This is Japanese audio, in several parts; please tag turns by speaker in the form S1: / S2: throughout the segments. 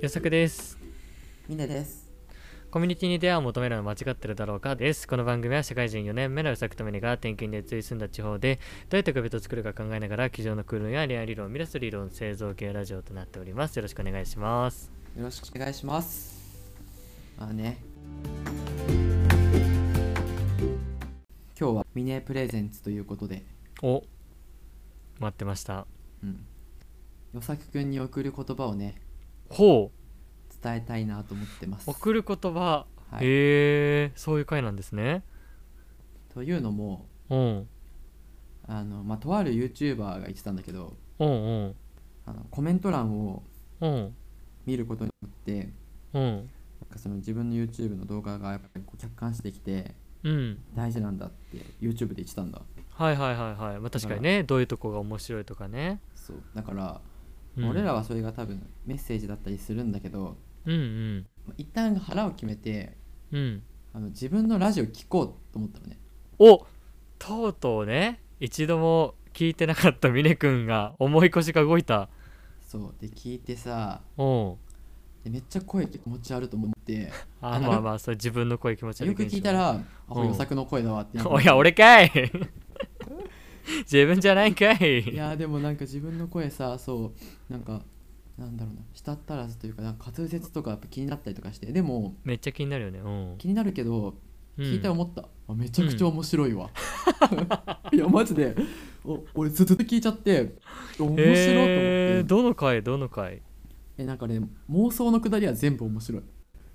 S1: 予測です
S2: ミネです。
S1: コミュニティに出会いを求めるのは間違ってるだろうかですこの番組は社会人4年目の予測とミネが転勤で移り住んだ地方でどうやって壁と作るか考えながら机上の空論や恋愛理論ミラス理論製造系ラジオとなっておりますよろしくお願いします
S2: よろしくお願いします。まあね。今日はミネプレゼンツということで、
S1: お待ってました
S2: うん。よさきくんに送る言葉をね、
S1: ほ
S2: 伝えたいなと思ってます
S1: う。送る言葉、
S2: はい
S1: へえそういう回なんですね
S2: というのも、
S1: うん
S2: あの、まあ、とある YouTuber が言ってたんだけど、
S1: うんうん
S2: あのコメント欄を
S1: うん
S2: 見ることによって、なん
S1: うん
S2: かその自分の YouTube の動画がやっぱりこう客観視できて、
S1: うん
S2: 大事なんだって YouTube で言ってたんだ。
S1: はいはいはいはい、まあ、確かにねどういうとこが面白いとかね、
S2: そう。だから、
S1: うん、
S2: 俺ら
S1: は
S2: はそれが多分メッセージだったりするんだけど
S1: うんうん
S2: 一旦腹を決めて
S1: うん
S2: あの自分のラジオ聞こうと思ったのね
S1: おとうとうね一度も聞いてなかった峰君が重い腰が動いた
S2: そうで聞いてさ
S1: おう
S2: でめっちゃ声気持ちあると思って
S1: あ
S2: あ
S1: まあ
S2: な
S1: まあそう自分の声気持ち悪
S2: よく聞いたら「あ
S1: う
S2: こ
S1: ん
S2: れ予作の声だわ」ってなった
S1: おや俺かい 自分じゃないかい
S2: いやでもなんか自分の声さそうなんかなんだろうな舌足らずというかなんか滑舌とかやっぱ気になったりとかしてでも
S1: めっちゃ気になるよねうん
S2: 気になるけど聞いて
S1: うん
S2: 思った、あめちゃくちゃ面白いわ、 いやマジでお俺ずっと聞いちゃって面白いと思って、
S1: えー、どの回どの回
S2: えなんかね妄想のくだりは全部面白い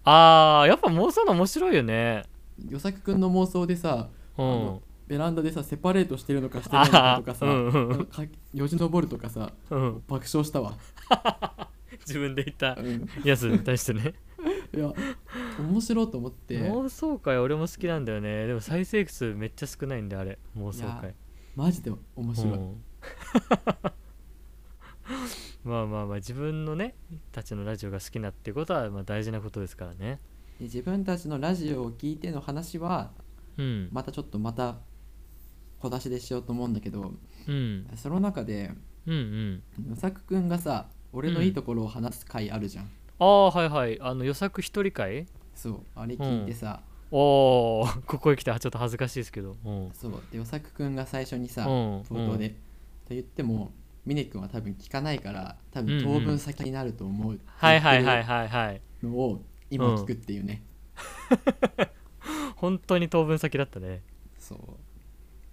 S1: あーやっぱ妄想の面白いよね
S2: 与作くんの妄想でさ
S1: う
S2: あ
S1: ん
S2: のベランダでさセパレートしてるのかしてないのかとかさ、
S1: あー うんうん
S2: かよじ登るとかさ
S1: うん
S2: 爆笑したわ、
S1: 自分で言った
S2: うん、
S1: やつに対して ね
S2: いや面白いと思って
S1: 妄想会俺も好きなんだよねでも再生数めっちゃ少ないんであれ妄想
S2: い
S1: 会
S2: やマジで面白い、
S1: うん まあまあまあ自分のねたちのラジオが好きなっていうことはまあ大事なことですからね
S2: で自分たちのラジオを聞いての話は
S1: うん、
S2: またちょっとまた小出しでしようと思うんだけど
S1: うん
S2: その中で
S1: うんうん
S2: 与作くんがさ俺のいいところを話す回あるじゃん、
S1: ああはいはいあの予測一人会
S2: そうあれ聞いてさ、
S1: おおここへ来てちょっと恥ずかしいですけどうん
S2: そうで与作くんが最初に
S1: う
S2: さ、
S1: ん
S2: 冒頭で、と言っても峰君は多分聞かないから多分当分先になると思うって
S1: はい
S2: 言っ
S1: はい
S2: て
S1: はい
S2: る
S1: はいはい
S2: のを今聞くっていうね、
S1: 本当に当分先だったね
S2: そう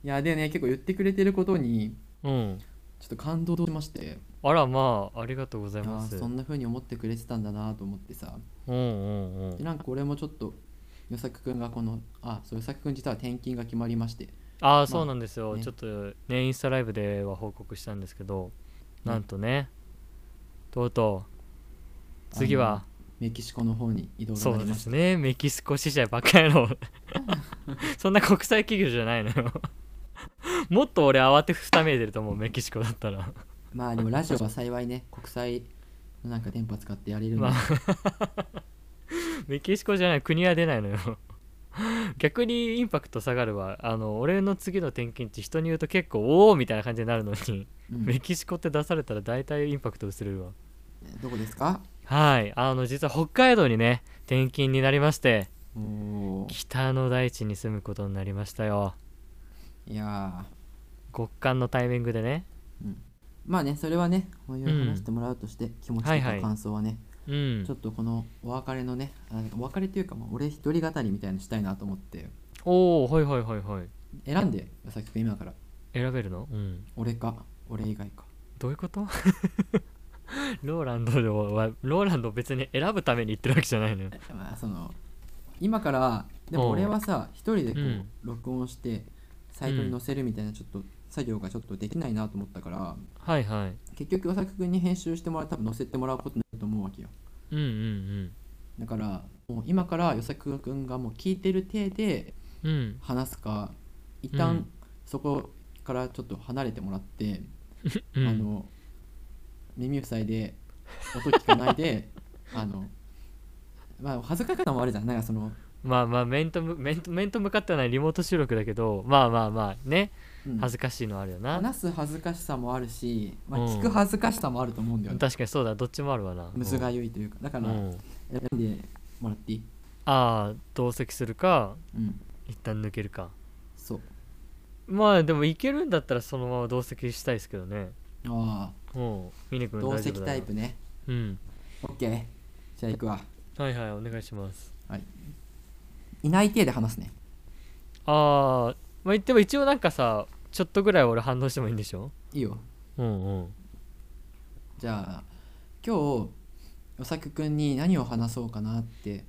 S2: いやでね結構言ってくれてることに
S1: うん
S2: ちょっと感動しまして
S1: あらまあありがとうござ
S2: あ
S1: います
S2: ーそんな風に思ってくれてたんだなと思ってさ
S1: うんうんう
S2: で
S1: ん
S2: なんか俺もちょっと与作くんがこのあそう与作くん実は転勤が決まりまして
S1: ああそうなんですよ、
S2: ね
S1: ちょっとねインスタライブでは報告したんですけどなんとね、とうとう次
S2: あ
S1: は
S2: のメキシコの方に移動に
S1: そ
S2: な
S1: う
S2: り
S1: で
S2: まし
S1: す
S2: た
S1: ねメキシコ支社ばっかり のそんな国際企業じゃないのよもっと俺慌てふためいてると思うメキシコだったら
S2: まあでもラジオは幸いね国際のなんか電波使ってやれるんで、
S1: まあメキシコじゃない国は出ないのよ逆にインパクト下がるわあの俺の次の転勤地人に言うと結構おおみたいな感じになるのに、
S2: うん
S1: メキシコって出されたら大体インパクト薄れるわ
S2: どこですか
S1: はいあの実は北海道にね転勤になりまして
S2: おー
S1: 北の大地に住むことになりましたよ
S2: いや
S1: 極寒のタイミングでね
S2: ー、うん、まあねそれはねこういう
S1: うん
S2: 話してもらうとして、気持ち
S1: は
S2: と
S1: いはい
S2: 感想はね、
S1: うん
S2: ちょっとこのお別れのねあお別れというかまあ俺一人語りみたいなのしたいなと思って
S1: おおはいはいはいはい
S2: 選んでさっき今から
S1: 選べるのうん
S2: 俺か俺以外か
S1: どういうこと ローランドではローランドを別に選ぶために言ってるわけじゃないのよ
S2: えまあその今からでも俺はさ一人でこ
S1: う
S2: うん録音してサイトに載せるみたいなちょっと作業がちょっとできないなと思ったから、
S1: はいはい
S2: 結局与作君に編集してもらう多分載せてもらうことになると思うわけよ
S1: うんうん
S2: だからもう今から与作君がもう聞いてる体で
S1: うんうん
S2: 話すか一
S1: う
S2: 旦
S1: ん
S2: そこからちょっと離れてもらって、
S1: うん
S2: あの耳塞いで音聞かな いであのまあ恥ずかしさもあるじゃんなんかその
S1: まあまあ面とむ面と面と向かってはないリモート収録だけどまあまあまあね
S2: うん
S1: 恥ずかしいのはあるよな、
S2: 話す恥ずかしさもあるし、まあ、
S1: うん
S2: 聞く恥ずかしさもあると思うんだよね、
S1: 確かにそうだどっちもあるわな
S2: むずがゆいというかだから
S1: うん
S2: 選んでもらっていい
S1: ああ同席するか
S2: うん
S1: 一旦抜けるか
S2: そう
S1: まあでもいけるんだったらそのまま同席したいですけどね
S2: あ
S1: うん峰君
S2: あ同
S1: 大丈
S2: 席
S1: 夫だ
S2: タ
S1: な
S2: イプね
S1: うん
S2: オッケーじゃあ行くわ
S1: はいはいお願いします
S2: はいいない体で話すね
S1: ああまあ言っても一応なんかさちょっとぐらい俺反応してもいいんでしょ
S2: いいよ
S1: うんうん
S2: じゃあ今日与作くんに何を話そうかなって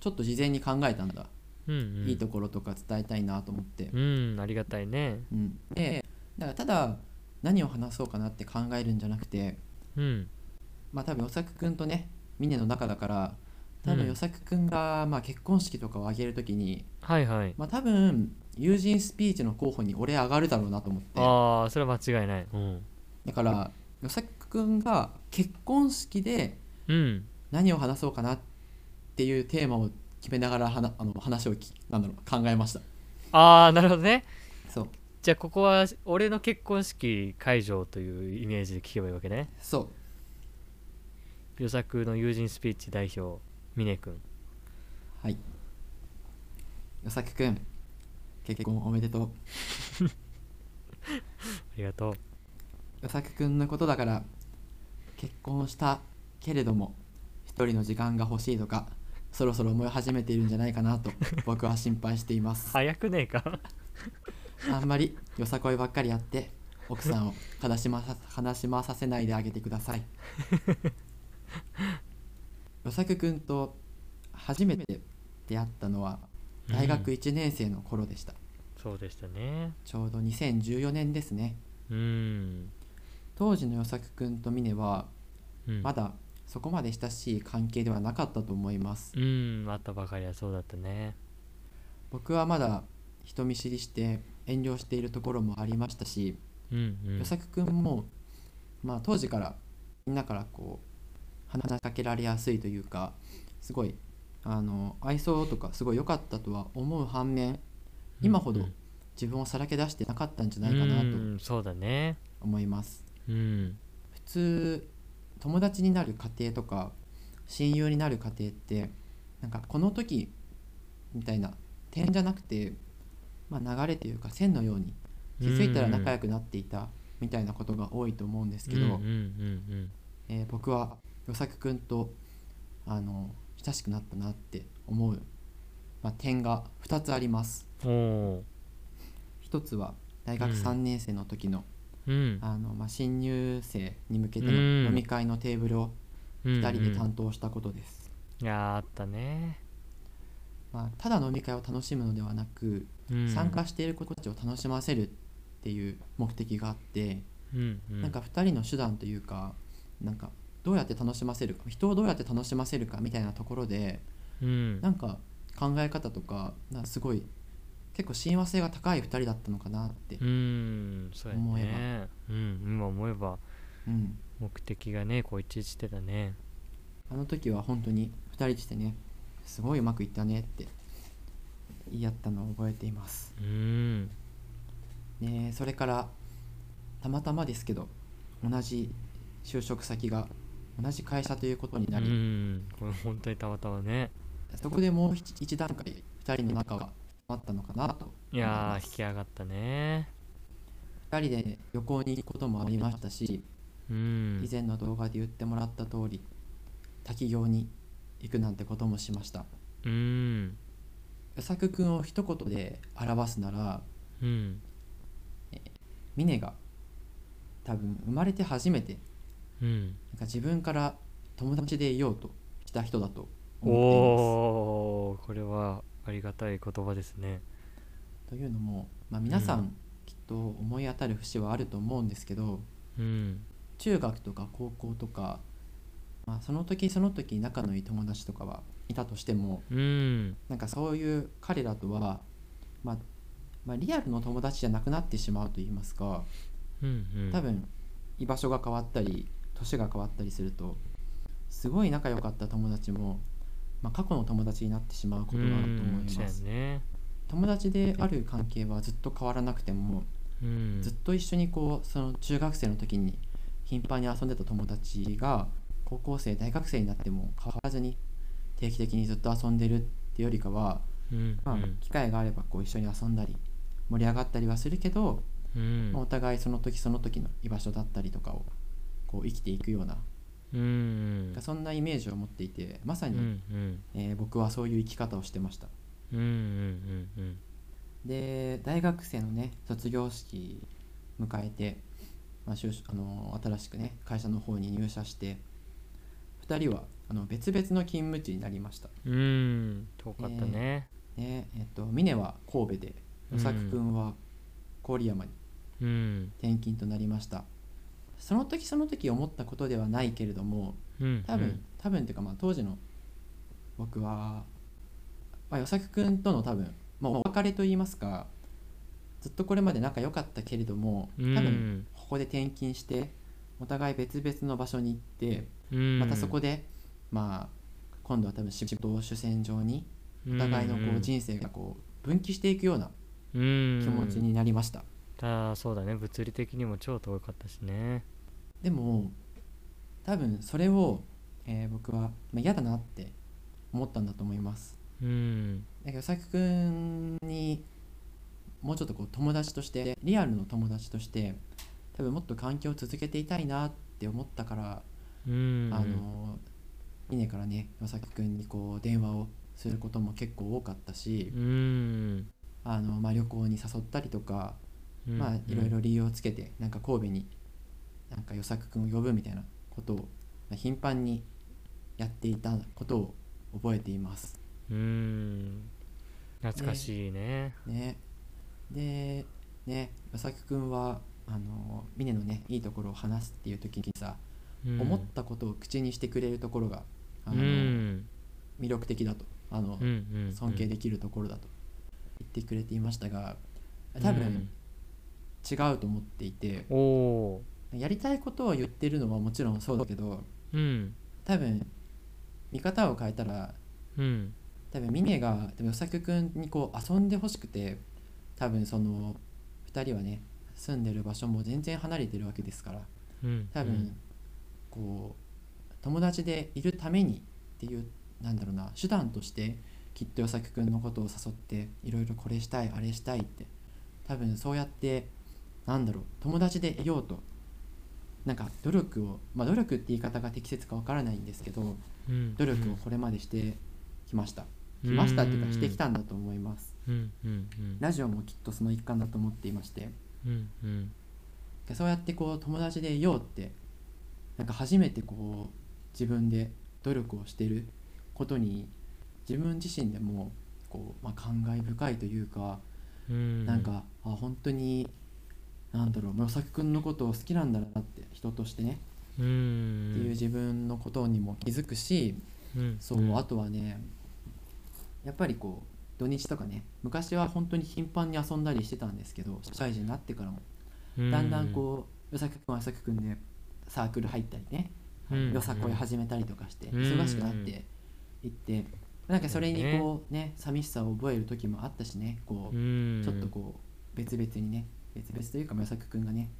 S2: ちょっと事前に考えたんだ、
S1: うんうん
S2: いいところとか伝えたいなと思って、
S1: うんありがたいね
S2: うん、でだからただ何を話そうかなって考えるんじゃなくて
S1: うん
S2: まあ多分与作くんとね峰の中だから多
S1: う
S2: 分
S1: ん
S2: 与作くんがまあ結婚式とかを挙げるときに、
S1: はいはい
S2: まあ多分友人スピーチの候補に俺上がるだろうなと思って
S1: ああそれは間違いないうん
S2: だから与作くんが結婚式で
S1: うん
S2: 何を話そうかなっていうテーマを決めながらはなあの話をきなんだろう考えました
S1: ああなるほどね
S2: そう
S1: じゃあここは俺の結婚式会場というイメージで聞けばいいわけね
S2: そう
S1: 与作の友人スピーチ代表峰君
S2: はい与作くん結婚おめでとう
S1: ありがとう
S2: 与作くんのことだから結婚したけれども一人の時間が欲しいとかそろそろ思い始めているんじゃないかなと僕は心配しています
S1: 早くねえか
S2: あんまりよさこいばっかりやって奥さんを悲しまさ悲しまさせないであげてくださ いよさくくんと初めて出会ったのは 大学1年生の頃でした、
S1: そうでしたね
S2: ちょうど2014年ですね
S1: うん、
S2: 当時のよさくくんとミネは
S1: うん、
S2: まだそこまで親しい関係ではなかったと思います
S1: うんまたばかりはそうだったね
S2: 僕はまだ人見知りして遠慮しているところもありましたし
S1: うんうん
S2: 与作くんも、まあ、当時からみんなからこう話しかけられやすいというかすごいあの愛想とかすごい良かったとは思う反面今ほど
S1: うん
S2: 自分をさらけ出してなかったんじゃないかな
S1: う
S2: と
S1: んそうだね
S2: 思います
S1: うん
S2: 普通友達になる過程とか親友になる過程ってなんかこの時みたいな点じゃなくて、まあ、流れというか線のように気づいたら仲良
S1: く
S2: くなっていたみたいなことが多いと思うんですけ
S1: うんうん
S2: ど、
S1: うん
S2: えー僕は与作くんとあの親しくなったなって思う、まあ、点が2つあります。
S1: うんおー
S2: 1つは大学
S1: うん
S2: 3年生の時の,、
S1: うん
S2: あのまあ、新入生に向けての
S1: うん
S2: 飲み会のテーブルを
S1: うん
S2: 2人で
S1: うん
S2: 担当したことです、
S1: いやーあったね、
S2: まあ、ただ飲み会を楽しむのではなく、
S1: うん、
S2: 参加している子たちを楽しませるっていう目的があって、
S1: うんうん
S2: なんか2人の手段というかなんかどうやって楽しませるか人をどうやって楽しませるかみたいなところで
S1: うん
S2: なんか考え方とかなんかすごい結構親和性が高い2人だったのかなって
S1: う、んそうや
S2: 思
S1: ねうん今思えば
S2: うん、
S1: 目的がねこう一致してたね
S2: あの時は本当に2人してねすごいうまくいったねって言い合ったのを覚えています。
S1: うん
S2: ねえそれからたまたまですけど同じ就職先が同じ会社ということになり、
S1: うんこれ本当にたまたまね
S2: そこでもう一一段階2人の仲があったのかなと
S1: いやー引き上がったね
S2: 2人で旅行に行くこともありましたし、
S1: うん
S2: 以前の動画で言ってもらった通り滝行に行くなんてこともしました
S1: うん
S2: 与作くんを一言で表すなら
S1: うん
S2: 峰が多分生まれて初めて
S1: うん
S2: なんか自分から友達でいようとした人だと思っていま
S1: おおこれはありがたい言葉ですね
S2: すというのも、まあ、皆さ
S1: うん
S2: きっと思い当たる節はあると思うんですけど
S1: うん
S2: 中学とか高校とか、まあ、その時その時仲のいい友達とかはいたとしても
S1: うん
S2: なんかそういう彼らとは、まあ、まあリアルの友達じゃなくなってしまうと言いますか
S1: うんうん
S2: 多分居場所が変わったり年が変わったりするとすごい仲良かった友達も、まあ、過去の友達になってしまうことがあると思い
S1: うん
S2: ま
S1: そ
S2: す
S1: うやね
S2: 友達である関係はずっと変わらなくても
S1: うん
S2: ずっと一緒にこうその中学生の時に頻繁に遊んでた友達が高校生大学生になっても変わらずに定期的にずっと遊んでるってよりかは、
S1: うん
S2: まあ、機会があればこう一緒に遊んだり盛り上がったりはするけど、
S1: うん
S2: まあお互いその時その時の居場所だったりとかをこう生きていくような、
S1: うん
S2: そんなイメージを持っていてまさ
S1: うん
S2: に、
S1: うん
S2: えー僕はそういう生き方をしてました。
S1: うんうんうん
S2: で大学生のね卒業式迎えて、まあ、就職あの新しくね会社の方に入社して2人はあの別々の勤務地になりました、
S1: うんうん遠かったね、
S2: ねえっと、峰は神戸で与作
S1: うん
S2: 君は郡山に
S1: うん
S2: 転勤となりました、その時その時思ったことではないけれども
S1: うん
S2: 多分、多分っていうかまあ当時の僕は、まあ、与作君との多分、まあ、お別れと言いますかずっとこれまで仲良かったけれども多
S1: うん
S2: 分ここで転勤してお互い別々の場所に行って
S1: うん、
S2: またそこで、まあ今度は多分仕事を主戦場にお互いのこう人生がこう分岐していくような
S1: 気持
S2: 気持ちになりました、
S1: ああそうだね物理的にも超遠かったしね
S2: でも多分それを、えー僕は、まあ、嫌だなって思ったんだと思います
S1: うん
S2: なんか与作くんにもうちょっとこう友達としてリアルの友達として多分もっと環境を続けていたいなって思ったから、
S1: うん
S2: あの稲からね与作くんにこう電話をすることも結構多かったし、
S1: うん
S2: あのまあ、旅行に誘ったりとか、まあ、いろいろ理由をつけてなんか神戸になんか与作くんを呼ぶみたいなことをまあ頻繁にやっていたことを覚えています。
S1: うん懐かしいね
S2: ねでねまさきくんはあの峰のねいいところを話すっていう時にさ、
S1: うん
S2: 思ったことを口にしてくれるところがあ
S1: う
S2: の、
S1: ん
S2: 魅力的だとあの、
S1: うんうん
S2: 尊敬できるところだと言ってくれていましたが多分、違うと思っていて、
S1: うん、おー
S2: やりたいことを言ってるのはもちろんそうだけど
S1: うん
S2: 多分見方を変えたら
S1: うん
S2: 多分ミネがでもよさきくんにこう遊んでほしくて多分その2人はね住んでる場所も全然離れてるわけですから
S1: うん
S2: 多分こう友達でいるためにっていうなんだろうな手段としてきっとよさきくんのことを誘っていろいろこれしたいあれしたいって多分そうやってなんだろう友達でいようとなんか努力をまあ努力って言い方が適切かわからないんですけど
S1: うん
S2: 努力をこれまでしてきました。来ましたっていうかしてきたんだと思います
S1: うんうんうん
S2: ラジオもきっとその一環だと思っていまして
S1: うんうん
S2: でそうやってこう友達でいようってなんか初めてこう自分で努力をしてることに自分自身でもこう、まあ、感慨深いというか、
S1: うん
S2: なんかあ本当になんだろう室作くんのことを好きなんだなって人としてね、
S1: うん
S2: っていう自分のことにも気づくし
S1: うん
S2: そう、
S1: ん
S2: あとはねやっぱりこう土日とかね昔は本当に頻繁に遊んだりしてたんですけど社会人になってからもだんだんこう与作君は与作君でサークル入ったりね
S1: うんうん
S2: よさこい始めたりとかして
S1: うん
S2: 忙しくなっていってなんかそれに
S1: そ
S2: こうね寂しさを覚える時もあったしねこ
S1: う
S2: うんちょっとこう別々にね別々というか与作君がね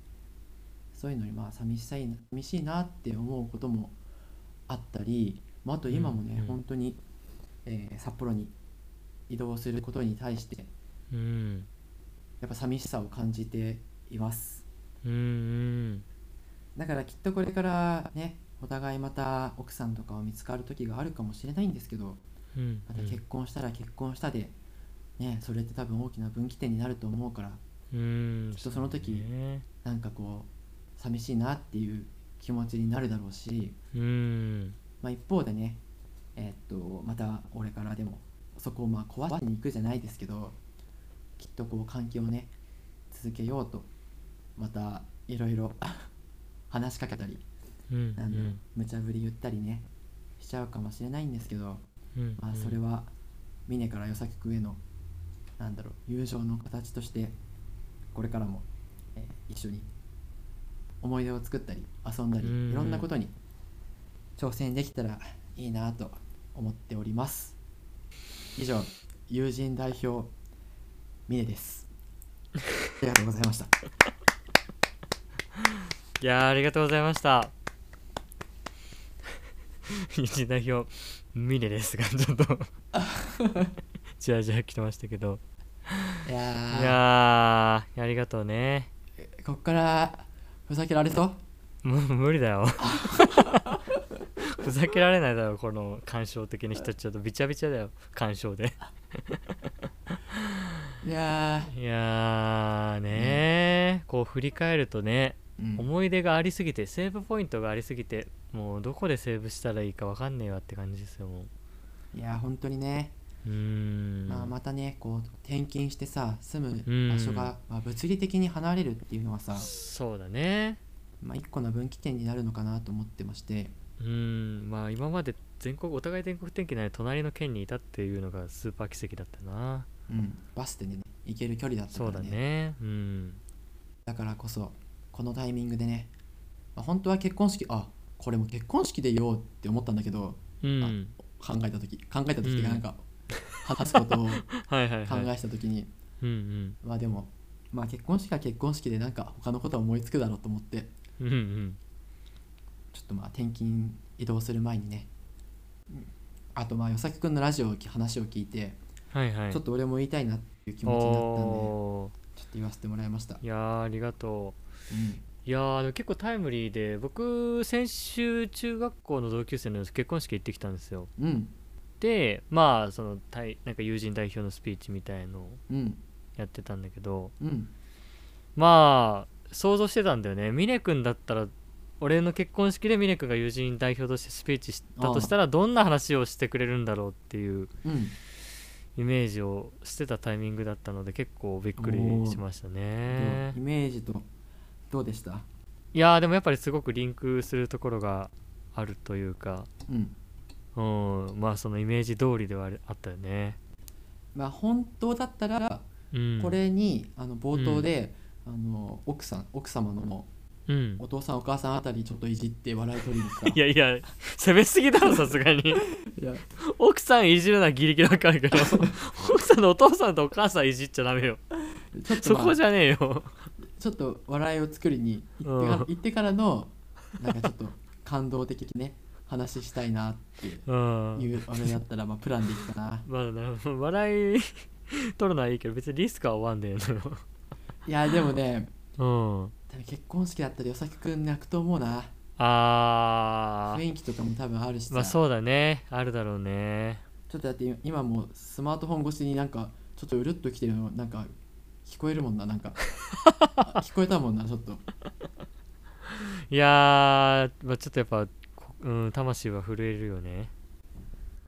S2: そういうのにまあ寂しさいな寂しいなって思うこともあったり、まあ、あと今もね、
S1: うんうん
S2: 本当に、えー札幌に移動することに対して
S1: うん
S2: やっぱ寂しさを感じています
S1: うんうん
S2: だからきっとこれからねお互いまた奥さんとかを見つかる時があるかもしれないんですけど
S1: うん
S2: また結婚したら結婚したで、ね、それって多分大きな分岐点になると思うから
S1: うん
S2: きっとその時
S1: ね
S2: なんかこう寂しいなっていう気持ちになるだろうし、
S1: うん
S2: まあ、一方でね、えーっとまた俺からでもそこをまあ壊しに行くじゃないですけどきっとこう関係をね続けようとまたいろいろ 話しかけたり
S1: うん
S2: なんだろう無茶ぶり言ったりねしちゃうかもしれないんですけど、
S1: うん
S2: まあ、それは峰から与作君へのなんだろう友情の形としてこれからも、えー一緒に思い出を作ったり遊んだり
S1: うん
S2: いろんなことに挑戦できたらいいなと思ってお ります以上友人代表峰ですりがとうございました。
S1: いやーありがとうございました。一代表、ミネですが、ちょっと、じゃあじゃあ来てましたけど。
S2: いや
S1: い
S2: ー
S1: やー、ありがとうね。
S2: こっからふざけられそう
S1: もう無理だよ。ふざけられないだろ、この感傷的な人、ちょっとびちゃびちゃだよ、感傷で。
S2: いや
S1: いやーねー、こう振り返るとね、
S2: ー、うん
S1: 思い出がありすぎてセーブポイントがありすぎてもうどこでセーブしたらいいかわかんねえわって感じですよも
S2: いやー本当にね、
S1: ううーん
S2: まあ、またねこう転勤してさ住
S1: うん
S2: む場所が、まあ、物理的に離れるっていうのはさ、
S1: そうだね
S2: まあ、一個の分岐点になるのかなと思ってまして
S1: うーんまあ今まで全国お互い全国転機ない隣の県にいたっていうのがスーパー奇跡だったな
S2: うん、バスでね行ける距離だった
S1: そう
S2: から
S1: だ
S2: ね
S1: ねうん
S2: だからこそこのタイミングでね、まあ、本当は結婚式あこれも結婚式で言おうって思ったんだけど
S1: うん
S2: 考えた時考えた時っていうか
S1: うん
S2: なんか、話すことを考
S1: はいはいはい
S2: えした時に、
S1: うん
S2: まあでもまあ結婚式は結婚式でなんか他のことは思いつくだろうと思って
S1: うんうんうん
S2: ちょっとまあ転勤移動する前にねうんあとまあ与崎君のラジオをき話を聞いて、
S1: はいはい
S2: ちょっと俺も言いたいなっていう気持ちになったんで
S1: お
S2: ちょっと言わせてもらいました、
S1: ーいやーありがとう
S2: うん
S1: いやーでも結構タイムリーで僕先週中学校の同級生の結婚式行ってきたんですよ
S2: うん
S1: でまあその対なんか友人代表のスピーチみたいのを
S2: うん
S1: やってたんだけど
S2: うん
S1: まあ想像してたんだよね峰君だったら俺の結婚式で峰君が友人代表としてスピーチしたとしたらどんな話をしてくれるんだろうっていう
S2: うん
S1: イメージをしてたタイミングだったので結構びっくりしましたね
S2: イメージとどうでした
S1: いやーでもやっぱりすごくリンクするところがあるというか
S2: うん
S1: うんまあそのイメージ通りではあるあったよね、
S2: まあ本当だったら
S1: うん、
S2: これに、あの冒頭で、あの奥さん奥様の
S1: うん
S2: お父さんお母さんあたりちょっといじって笑い取りに行くから
S1: いやいや、攻めすぎ だろ、さすがに。
S2: いや
S1: 奥さんいじるのはギリギリわかる けど、奥さんのお父さんとお母さんいじっちゃダメよ。
S2: ちょっと、
S1: そ
S2: まあ
S1: こじゃねえよ。
S2: ちょっと笑いを作りに行ってから,、
S1: うん
S2: 行ってからのなんかちょっと感動的ね話したいなっていう
S1: うん。
S2: あれだったらまあプランできたな
S1: まあな、笑い取るのはいいけど、別にリスクは負わんでえの
S2: いやでもね
S1: よ。うん。
S2: 多分結婚式だったらよさきくん泣くと思うな
S1: あー、
S2: 雰囲気とかも多分あるしさ、
S1: まあそうだね。あるだろうね。
S2: ちょっとだって今もうスマートフォン越しになんかちょっとうるっときてるのなんか聞こえるもんなな んかあ聞こえたもんなちょっと
S1: いやー、まあ、ちょっとやっぱ、こうん、魂は震えるよね。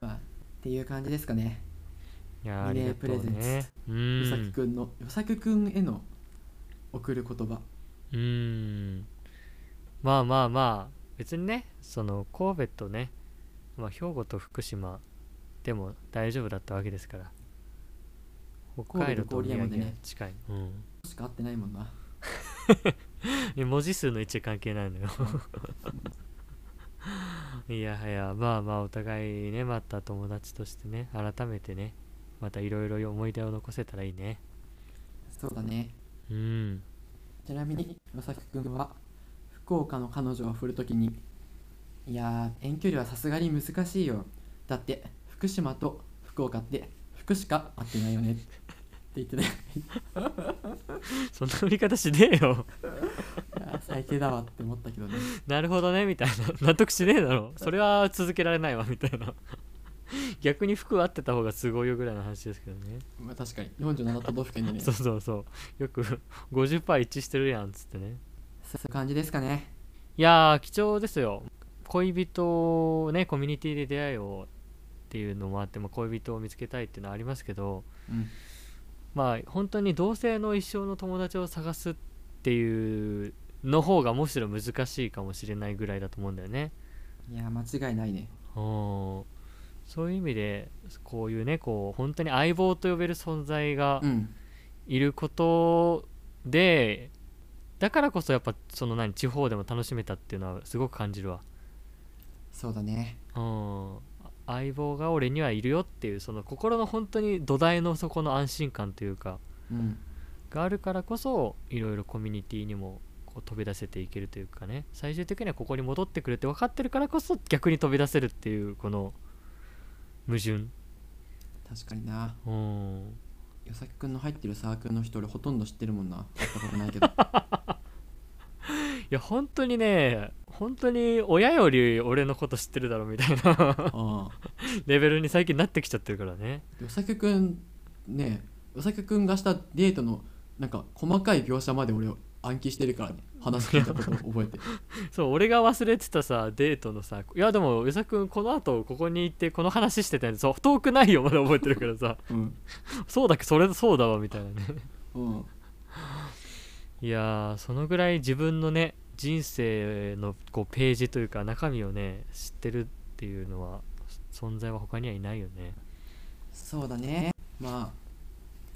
S2: まあっていう感じですかね
S1: いやー、ありがとう
S2: リレープレゼン
S1: ね。う
S2: よさき
S1: ん。
S2: くんのよさきくんへの送る言葉
S1: うーんまあまあまあ別にねその神戸とね、まあ、兵庫と福島でも大丈夫だったわけですから北海道と
S2: 神戸と郡
S1: 宮
S2: 山で
S1: 城
S2: ね
S1: は近い、うん
S2: しか合ってないもんない
S1: や、文字数の位置関係ないのよいやはやまあまあお互いねまた友達としてね改めてねまたいろいろ思い出を残せたらいいね
S2: そうだね
S1: うん
S2: ちなみによさきくんは福岡の彼女を振るときにいやー遠距離はさすがに難しいよだって福島と福岡って福しか合ってないよねって言ってね
S1: そんな売り方しねえよ
S2: いやー最低だわって思ったけどね
S1: なるほどねみたいな 納得しねえだろそれは続けられないわみたいな 逆に服合ってた方がすごいよぐらいの話ですけどね
S2: まあ確かに47都道府県でね
S1: そ
S2: そう
S1: そうそうよく50%一致してるやんっつってね
S2: ういう感じですかね
S1: いやー貴重ですよ恋人をねコミュニティで出会いをっていうのもあって、まあ、恋人を見つけたいっていうのはありますけど
S2: うん
S1: まあ本当に同性の一生の友達を探すっていうの方がむしろ難しいかもしれないぐらいだと思うんだよね
S2: いやー間違いないね
S1: うんそういう意味でこういうねこう本当に相棒と呼べる存在が
S2: うん
S1: いることで、だからこそやっぱその何地方でも楽しめたっていうのはすごく感じるわ、
S2: そうだね
S1: うん、相棒が俺にはいるよっていうその心の本当に土台の底の安心感というか
S2: うん
S1: があるからこそいろいろコミュニティにもこう飛び出せていけるというかね最終的にはここに戻ってくるって分かってるからこそ逆に飛び出せるっていうこの矛盾
S2: 確かにな
S1: うん
S2: 与崎君の入ってるサークルの人俺ほとんど知ってるもんな会ったことない けど
S1: いや本当にね本当に親より俺のこと知ってるだろみたいな
S2: ああ
S1: レベルに最近なってきちゃってるからね
S2: 与崎君ね与崎君がしたデートのなんか細かい描写まで俺暗記してるからね話聞いたことを覚え て
S1: そう俺が忘れてたさデートのさいやでも与沢君この後ここに行ってこの話してたやつそう遠くないよまだ覚えてるからさ
S2: うん
S1: そうだっけそれそうだわみたいなね
S2: うん
S1: いやーそのぐらい自分のね人生のこうページというか中身をね知ってるっていうのは存在は他にはいないよね
S2: そうだねまあ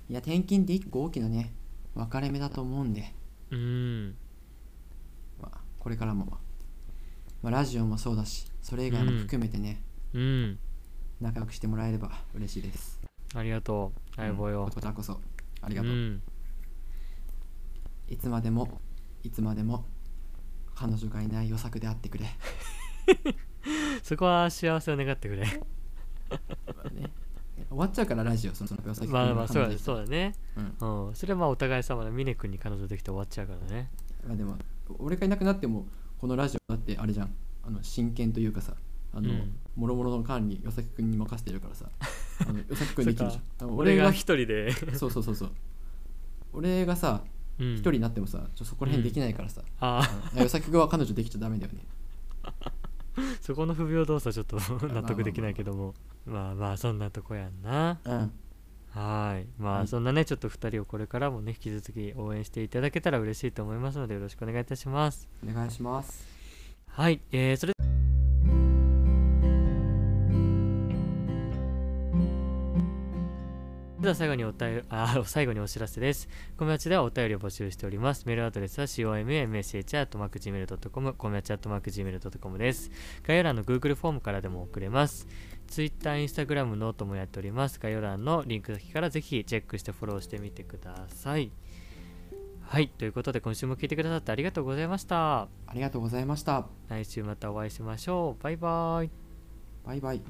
S2: いや転勤って一個大きなね分かれ目だと思うんで、
S1: うん
S2: まあ、これからも、まあ、ラジオもそうだしそれ以外も含めてね、
S1: うん
S2: 仲良くしてもらえれば嬉しいです
S1: ありがとう相棒
S2: うん
S1: よ
S2: こ、ちらこそあり
S1: う
S2: がとう、
S1: ん、
S2: いつまでもいつまでも彼女がいない予作であってくれ、
S1: そこは幸せを願ってくれ
S2: ね終わっちゃうからラジオその予作
S1: まあまあそうだねそうだね
S2: うん
S1: うんそれはまあお互い様の峰君に彼女できて終わっちゃうからね
S2: まあ、でも俺がいなくなってもこのラジオだってあれじゃんあの真剣というかさあの、
S1: うん
S2: もろもろの管理与崎君に任せてる からさあの与崎君できるじ
S1: そっ
S2: ゃんあの
S1: 俺が
S2: が
S1: 一人で
S2: そうそうそうそう俺がさ
S1: 一
S2: 一人になってもさちょそこら辺できないからさ、
S1: あ
S2: あの与崎君は彼女できちゃダメだよね
S1: あそこの不平等さちょっと 納得できないけどもまあまあそんなとこやんな
S2: うん
S1: はーいま
S2: は
S1: あ
S2: い
S1: そんなねちょっと2人をこれからもね引き続き応援していただけたら嬉しいと思いますのでよろしくお願いいたします
S2: お願いします
S1: はいえー、それでは最後にお便り あー最後にお知らせです。コメアチではお便りを募集しております。メールアドレスは comamsh.gmail.com、コメアチ .gmail.com です。概要欄の Google フォームからでも送れます。Twitter、Instagram、ノートもやっております。概要欄のリンク先からぜひチェックしてフォローしてみてください。はい、ということで今週も聞いてくださってありがとうございました。
S2: ありがとうございました
S1: 来週またお会いしましょう。バイバイ。
S2: バイバイ